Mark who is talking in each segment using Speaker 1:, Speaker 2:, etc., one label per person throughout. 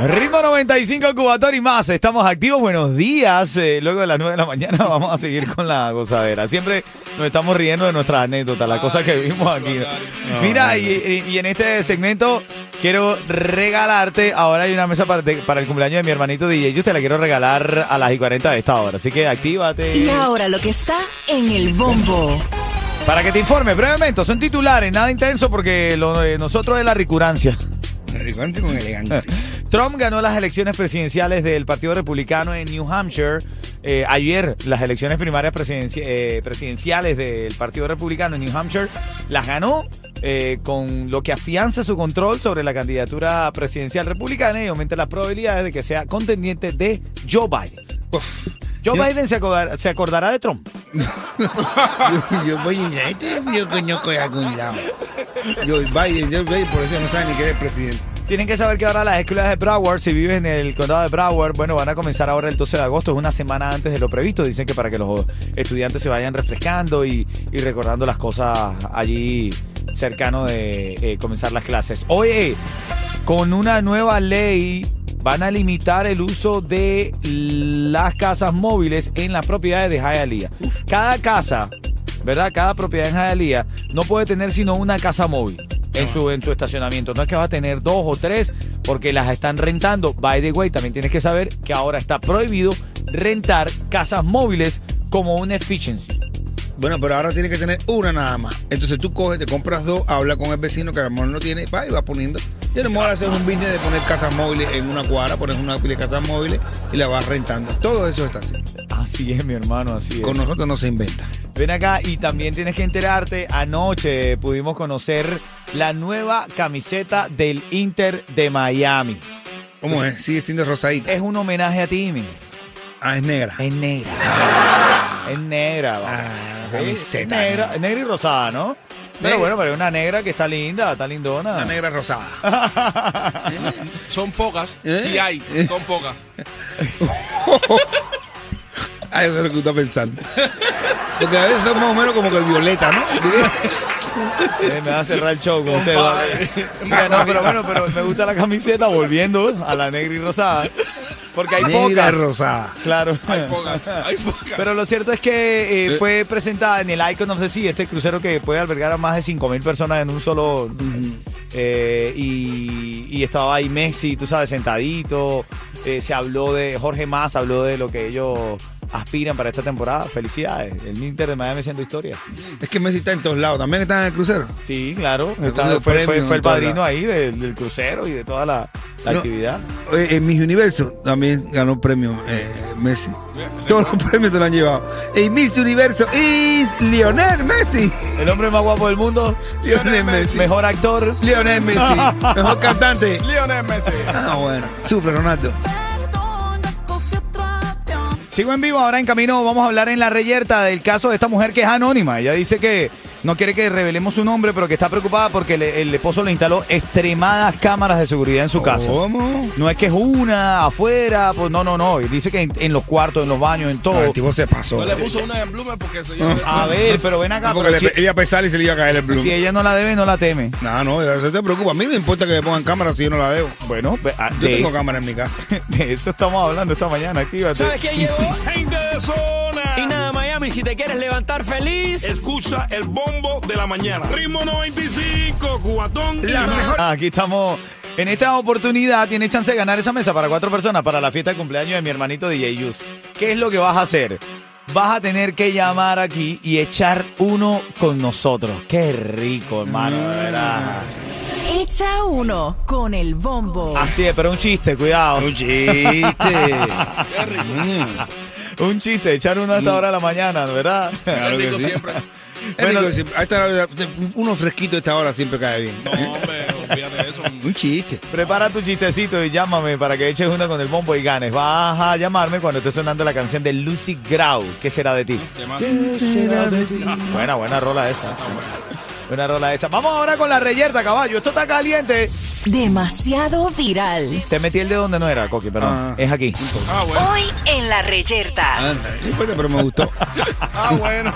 Speaker 1: Ritmo 95 Cubatón y más. Estamos activos. Buenos días. Eh, luego de las 9 de la mañana vamos a seguir con la gozadera. Siempre nos estamos riendo de nuestras anécdotas, las cosas que vimos aquí. Mira, y, y- y en este segmento quiero regalarte. Ahora hay una mesa para, de- para el cumpleaños de mi hermanito DJ. Yo te la quiero regalar a las y 40 de esta hora. Así que actívate.
Speaker 2: Y ahora lo que está en el bombo.
Speaker 1: Para que te informe brevemente, son titulares, nada intenso porque lo de nosotros es la ricurancia.
Speaker 3: Cuente con elegancia.
Speaker 1: Trump ganó las elecciones presidenciales del Partido Republicano en New Hampshire. Eh, ayer las elecciones primarias presidenci- eh, presidenciales del Partido Republicano en New Hampshire las ganó eh, con lo que afianza su control sobre la candidatura presidencial republicana y aumenta las probabilidades de que sea contendiente de Joe Biden.
Speaker 3: Uf,
Speaker 1: Joe
Speaker 3: Yo-
Speaker 1: Biden se, acordar- se acordará de Trump.
Speaker 3: yo, yo voy a ir, este yo conozco de algún lado. Yo, Biden, yo, Biden, por eso no sabe ni que eres presidente.
Speaker 1: Tienen que saber que ahora las escuelas de Broward, si vives en el condado de Broward, bueno, van a comenzar ahora el 12 de agosto, es una semana antes de lo previsto. Dicen que para que los estudiantes se vayan refrescando y, y recordando las cosas allí cercano de eh, comenzar las clases. Oye, con una nueva ley van a limitar el uso de las casas móviles en las propiedades de Hialeah. Cada casa, ¿verdad? Cada propiedad en Hialeah no puede tener sino una casa móvil en su, en su estacionamiento. No es que va a tener dos o tres porque las están rentando. By the way, también tienes que saber que ahora está prohibido rentar casas móviles como un efficiency.
Speaker 4: Bueno, pero ahora tiene que tener una nada más. Entonces tú coges, te compras dos, hablas con el vecino que a lo mejor no tiene, va y vas poniendo. Yo no me voy a hacer un business de poner casas móviles en una cuadra, pones una pila de casas móviles y la vas rentando. Todo eso está así.
Speaker 1: Así es, mi hermano, así es.
Speaker 4: Con nosotros no se inventa.
Speaker 1: Ven acá y también tienes que enterarte, anoche pudimos conocer la nueva camiseta del Inter de Miami.
Speaker 4: ¿Cómo es? Sigue siendo rosadita.
Speaker 1: Es un homenaje a Timmy.
Speaker 4: Ah, es negra.
Speaker 1: Es negra. Es negra. va.
Speaker 4: Ah,
Speaker 1: Sí,
Speaker 4: camiseta.
Speaker 1: eh, negra, es negra y rosada, ¿no? Pero
Speaker 4: Negra.
Speaker 1: bueno, pero es una negra que está linda, está
Speaker 4: Una
Speaker 1: lindona.
Speaker 4: negra rosada.
Speaker 5: Son pocas,
Speaker 4: ¿Eh?
Speaker 5: sí hay, son pocas.
Speaker 4: Ah, eso es lo que tú estás pensando. Porque a veces son más o menos como que el violeta, ¿no?
Speaker 1: Eh, me va a cerrar el show con usted. va. Mira, no, pero bueno, pero me gusta la camiseta volviendo a la negra y rosada. Porque hay
Speaker 4: negra
Speaker 1: pocas.
Speaker 4: rosada.
Speaker 1: Claro.
Speaker 5: Hay pocas, hay pocas.
Speaker 1: Pero lo cierto es que eh, fue presentada en el Icon of the Sea, este crucero que puede albergar a más de 5.000 personas en un solo... eh, y, y estaba ahí Messi, tú sabes, sentadito. Eh, se habló de... Jorge Más habló de lo que ellos aspiran para esta temporada. Felicidades. El Inter de Miami haciendo historia.
Speaker 4: Es que Messi está en todos lados. También está en el crucero.
Speaker 1: Sí, claro.
Speaker 4: Me
Speaker 1: Está-
Speaker 4: puso
Speaker 1: fue, fue-
Speaker 4: premio
Speaker 1: fue el
Speaker 4: en todas
Speaker 1: padrino
Speaker 4: las-
Speaker 1: ahí del, del crucero y de toda la, la
Speaker 4: No.
Speaker 1: actividad.
Speaker 4: Eh, en Miss Universo también ganó premio eh, Messi. Todos los premios te lo han llevado. En Miss Universo is Lionel Messi.
Speaker 1: El hombre más guapo del mundo.
Speaker 4: Lionel Messi.
Speaker 1: Mejor actor.
Speaker 4: Lionel Messi. Mejor cantante.
Speaker 5: Lionel Messi.
Speaker 4: Ah, bueno. Sufre, Ronaldo.
Speaker 1: Sigo en vivo, ahora en camino vamos a hablar en la reyerta del caso de esta mujer que es anónima. Ella dice que no quiere que revelemos su nombre, pero que está preocupada porque le- el esposo le instaló extremadas cámaras de seguridad en su casa.
Speaker 3: Oh.
Speaker 4: ¿Cómo?
Speaker 1: No es que es una afuera, pues no, no, no. Y Dice que en, en los cuartos, en los baños, en
Speaker 4: No,
Speaker 1: todo.
Speaker 4: el tipo se pasó.
Speaker 5: No
Speaker 3: eh.
Speaker 5: le puso una en Blumen porque se llama.
Speaker 1: A ver, pero ven acá.
Speaker 4: Porque
Speaker 1: pero
Speaker 4: le
Speaker 1: si,
Speaker 4: pe- iba a pesar y se le iba a caer el bloom.
Speaker 1: si ella no la debe, no la teme.
Speaker 4: No, no, eso te preocupa. A mí no me importa que me pongan cámara si yo no la veo.
Speaker 1: Bueno, ve- ah,
Speaker 4: Yo tengo
Speaker 1: de,
Speaker 4: cámara en mi casa.
Speaker 1: de eso estamos hablando esta mañana. Actívate.
Speaker 6: quién llegó? Gente de zona. Y nada, Miami, si te quieres levantar feliz. Escucha el bombo de la mañana. Ritmo 95, cubatón. La mejor.
Speaker 1: Ah, Aquí estamos. En esta oportunidad tienes chance de ganar esa mesa para cuatro personas para la fiesta de cumpleaños de mi hermanito DJ Yus. ¿Qué es lo que vas a hacer? vas a tener que llamar aquí y echar uno con nosotros. Qué rico, hermano, de verdad.
Speaker 2: Echa uno con el bombo.
Speaker 1: Así es, pero un chiste, cuidado.
Speaker 3: Un chiste.
Speaker 1: Un chiste, echar uno a esta hora de la mañana, ¿verdad?
Speaker 5: Es
Speaker 3: Mm. que
Speaker 5: rico
Speaker 3: sí.
Speaker 5: siempre.
Speaker 3: Es
Speaker 1: Bueno.
Speaker 3: rico, sí. A esta hora, uno fresquito a esta hora siempre cae bien.
Speaker 5: No, hombre, olvídate de eso.
Speaker 3: Un chiste.
Speaker 1: Prepara tu chistecito y llámame para que eches uno con el bombo y ganes. Vas a llamarme cuando esté sonando la canción de Lucy Grau. ¿Qué será de ti?
Speaker 5: Temazo.
Speaker 3: ¿Qué será de ti?
Speaker 1: Buena, buena rola esa. Buena rola esa. Vamos ahora con la reyerta, caballo. Esto está caliente.
Speaker 2: Demasiado viral.
Speaker 1: Te metí el de donde no era, Coqui, perdón.
Speaker 3: Ah.
Speaker 1: Es aquí.
Speaker 5: Ah, bueno.
Speaker 2: Hoy en la reyerta.
Speaker 3: Anda, Ah, no importa, pero me gustó.
Speaker 5: Ah, bueno.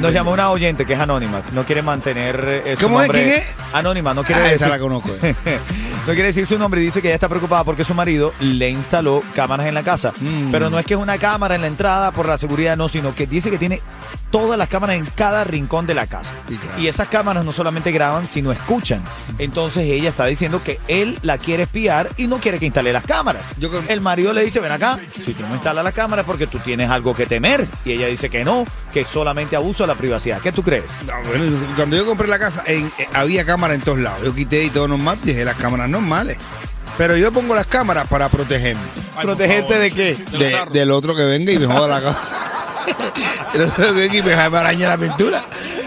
Speaker 1: Nos llamó una oyente que es anónima. No quiere mantener eh, su
Speaker 3: ¿Cómo es?
Speaker 1: nombre.
Speaker 3: ¿Quién es?
Speaker 1: Anónima, no quiere
Speaker 3: Ah,
Speaker 1: decir.
Speaker 3: esa la conozco. eh.
Speaker 1: No quiere decir su nombre y dice que ella está preocupada porque su marido le instaló cámaras en la casa. Pero no es que es una cámara en la entrada por la seguridad, no, sino que dice que tiene todas las cámaras en cada rincón de la casa.
Speaker 3: Sí, claro.
Speaker 1: Y esas cámaras no solamente graban, sino escuchan. Entonces ella está diciendo que él la quiere espiar y no quiere que instale las cámaras.
Speaker 3: Yo con-
Speaker 1: El marido le dice, ven acá, si tú no instalas las cámaras porque tú tienes algo que temer. Y ella dice que no, que solamente abuso a la privacidad. ¿Qué tú crees?
Speaker 3: No, bueno, cuando yo compré la casa, en- eh, había cámaras en todos lados. Yo quité y todo normal, dejé las cámaras normales. Pero yo pongo las cámaras para protegerme
Speaker 5: Ay, por
Speaker 1: ¿Protegerte
Speaker 5: favor.
Speaker 1: de qué?
Speaker 5: De los
Speaker 3: de-
Speaker 5: carros.
Speaker 3: del otro que venga y me joda la casa. El otro que venga y me araña la pintura.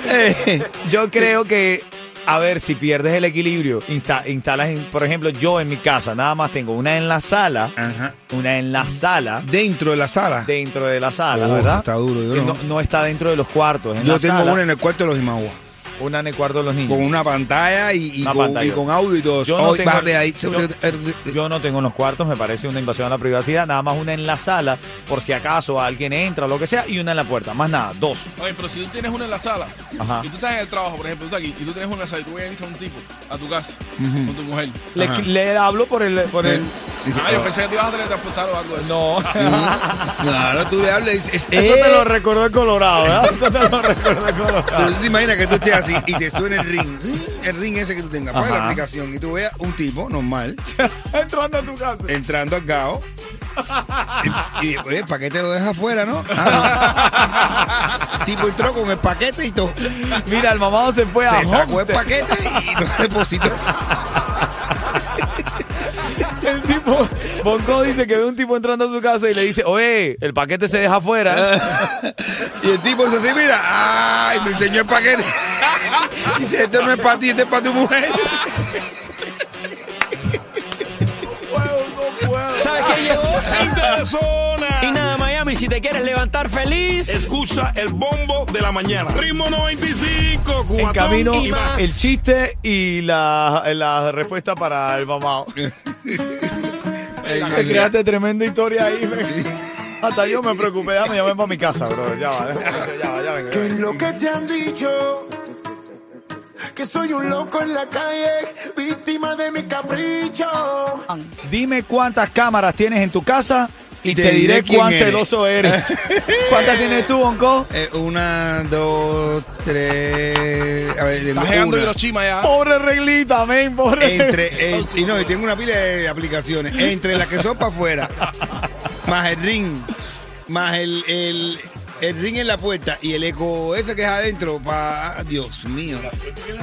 Speaker 3: Eh,
Speaker 1: Yo creo que, a ver, si pierdes el equilibrio, insta- instalas, en- por ejemplo, yo en mi casa nada más tengo una en la sala,
Speaker 3: Ajá.
Speaker 1: una en la sala,
Speaker 3: Dentro de la sala.
Speaker 1: dentro de la sala,
Speaker 3: Oh,
Speaker 1: ¿verdad?
Speaker 3: está duro, yo
Speaker 1: Que
Speaker 3: no.
Speaker 1: no, no está dentro de los cuartos, en
Speaker 3: yo
Speaker 1: la
Speaker 3: tengo
Speaker 1: sala,
Speaker 3: una en el cuarto de los Imagua.
Speaker 1: una en el cuarto de los niños.
Speaker 3: Con una pantalla y, y
Speaker 1: Una
Speaker 3: con,
Speaker 1: pantalla.
Speaker 3: y con audio y todo.
Speaker 1: Yo no
Speaker 3: Hoy,
Speaker 1: tengo-
Speaker 3: bájate ahí.
Speaker 1: yo- Yo no tengo en los cuartos, me parece una invasión a la privacidad, nada más una en la sala, por si acaso alguien entra o lo que sea, y una en la puerta, más nada, dos.
Speaker 5: Oye, pero si tú tienes una en la sala
Speaker 1: Ajá.
Speaker 5: y tú estás en el trabajo, por ejemplo, tú estás aquí y tú tienes una en la sala y tú vienes a un tipo a tu casa con tu mujer.
Speaker 1: Le, le hablo por el... Por el
Speaker 5: Ah, yo pensé que te ibas a teletransportar o algo de eso.
Speaker 1: no.
Speaker 3: Claro, tú le hablas. y dices,
Speaker 1: Eso
Speaker 3: "Eh".
Speaker 1: te lo recordó el Colorado, ¿verdad? Eso te lo recordó el Colorado.
Speaker 3: Pero tú te imaginas que tú estés así y te suena el ring, el ring ese que tú tengas, para la
Speaker 1: Ajá.
Speaker 3: aplicación y tú veas un tipo normal
Speaker 1: Entrando a tu casa.
Speaker 3: entrando al gao. Y, y oye, el paquete lo dejas afuera, ¿no? Ah. tipo entró con el paquete y todo.
Speaker 1: Mira, el mamado se fue a
Speaker 3: Se sacó el
Speaker 1: Homestead.
Speaker 3: paquete y lo depositó.
Speaker 1: El tipo, Bonco dice que ve un tipo entrando a su casa y le dice, oye, el paquete se deja afuera.
Speaker 3: Y el tipo se dice, mira, ¡ay! Me enseñó el paquete. Dice, esto no es para ti, esto es para tu mujer.
Speaker 6: ¿Sabes quién llegó?
Speaker 7: Gente de
Speaker 6: Y
Speaker 7: zona.
Speaker 6: nada, Miami, si te quieres levantar feliz.
Speaker 7: Escucha el bombo de la mañana. Ritmo 95,
Speaker 1: En
Speaker 7: cuatón
Speaker 1: camino,
Speaker 7: y más.
Speaker 1: el chiste y la, la respuesta para el mamado. Te creaste tremenda historia ahí. me- Hasta yo me preocupé, ya me llamé para mi casa, bro. Ya va, ya va, ya vengo.
Speaker 7: ¿Qué es lo que te han dicho? Que soy un loco en la calle, víctima de mi capricho.
Speaker 1: Dime cuántas cámaras tienes en tu casa y, te,
Speaker 3: te
Speaker 1: diré,
Speaker 3: diré quién
Speaker 1: cuán
Speaker 3: eres.
Speaker 1: celoso eres. ¿Cuántas tienes tú, Bonco?
Speaker 3: Eh, una, dos, tres. A ver,
Speaker 5: Estás llegando
Speaker 3: una.
Speaker 5: de los chimas ya.
Speaker 1: Pobre reglita, amén, pobre.
Speaker 3: entre en- y no y tengo una pila de aplicaciones entre las que son para afuera más el ring más el, el el ring en la puerta y el eco ese que es adentro para Dios mío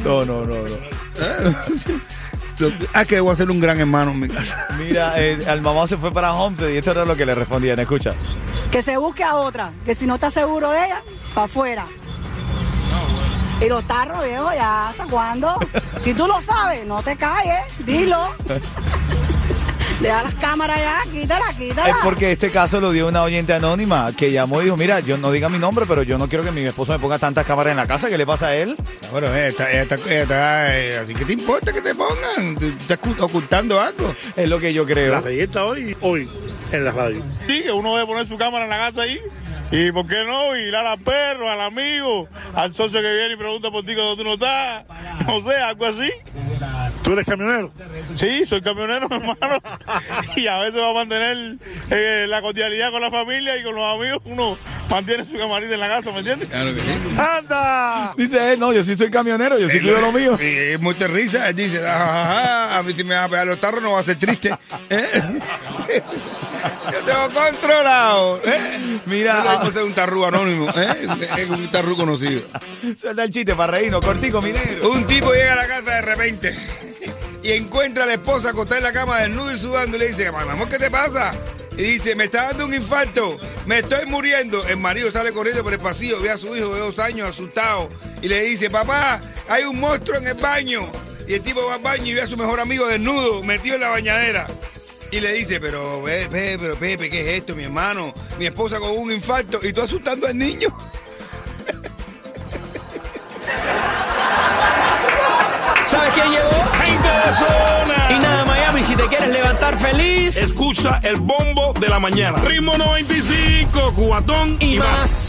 Speaker 1: No, no, no, no.
Speaker 3: Lo- ah que voy a hacer un gran hermano en mi casa
Speaker 1: Mira, el al mamá se fue para Homestead y esto era lo que le respondían. Escucha.
Speaker 8: que se busque a otra, que si no está seguro de ella, para afuera. Y los tarros, viejo, ya, ¿hasta cuándo? Si tú lo sabes, no te calles, dilo. Le da las cámaras ya, quítala, quítala.
Speaker 1: Es porque este caso lo dio una oyente anónima que llamó y dijo, mira, yo no diga mi nombre, pero yo no quiero que mi esposo me ponga tantas cámaras en la casa. ¿Qué le pasa a él?
Speaker 3: bueno ella está, ella está- ella está, eh, así que te importa que te pongan te, te estás ocu- ocultando algo
Speaker 1: Es lo que yo creo.
Speaker 9: está hoy, hoy, en la radio. Sí, que uno debe poner su cámara en la casa ahí. Y por qué no, y ir al perro, al amigo, al socio que viene y pregunta por ti cuando tú no estás. No sé, algo así. ¿Tú eres camionero? Sí, soy camionero, hermano. Y a veces va a mantener eh, la cordialidad con la familia y con los amigos. Uno mantiene su camarita en la casa, ¿me entiendes?
Speaker 3: claro que sí
Speaker 9: ¡Anda!
Speaker 1: Dice él, no, yo sí soy camionero, yo sí cuido lo mío.
Speaker 3: y es muy risa él dice "Ah, ah, ah, a mí si me va a pegar los tarros no va a ser triste ¿Eh? Yo tengo controlado. ¿eh?
Speaker 1: Mira, ah.
Speaker 3: No le importa un tarru anónimo, ¿eh? Es un tarru conocido.
Speaker 1: Suelta el chiste para reírnos, cortico, minero.
Speaker 3: Un tipo llega a la casa de repente y encuentra a la esposa acostada en la cama desnuda y sudando y le dice, "Mamá, amor, ¿qué te pasa? Y dice, me está dando un infarto, me estoy muriendo. El marido sale corriendo por el pasillo, ve a su hijo de dos años asustado y le dice, papá, hay un monstruo en el baño. Y el tipo va al baño y ve a su mejor amigo desnudo, metido en la bañadera. Y le dice, pero, ve, ve, pero Pepe, ¿qué es esto, mi hermano? Mi esposa con un infarto y tú asustando al niño.
Speaker 6: ¿Sabes quién llegó? Gente de zona. Y nada, Miami, si te quieres levantar feliz, escucha el bombo de la mañana. Ritmo 95, cuatón y, más.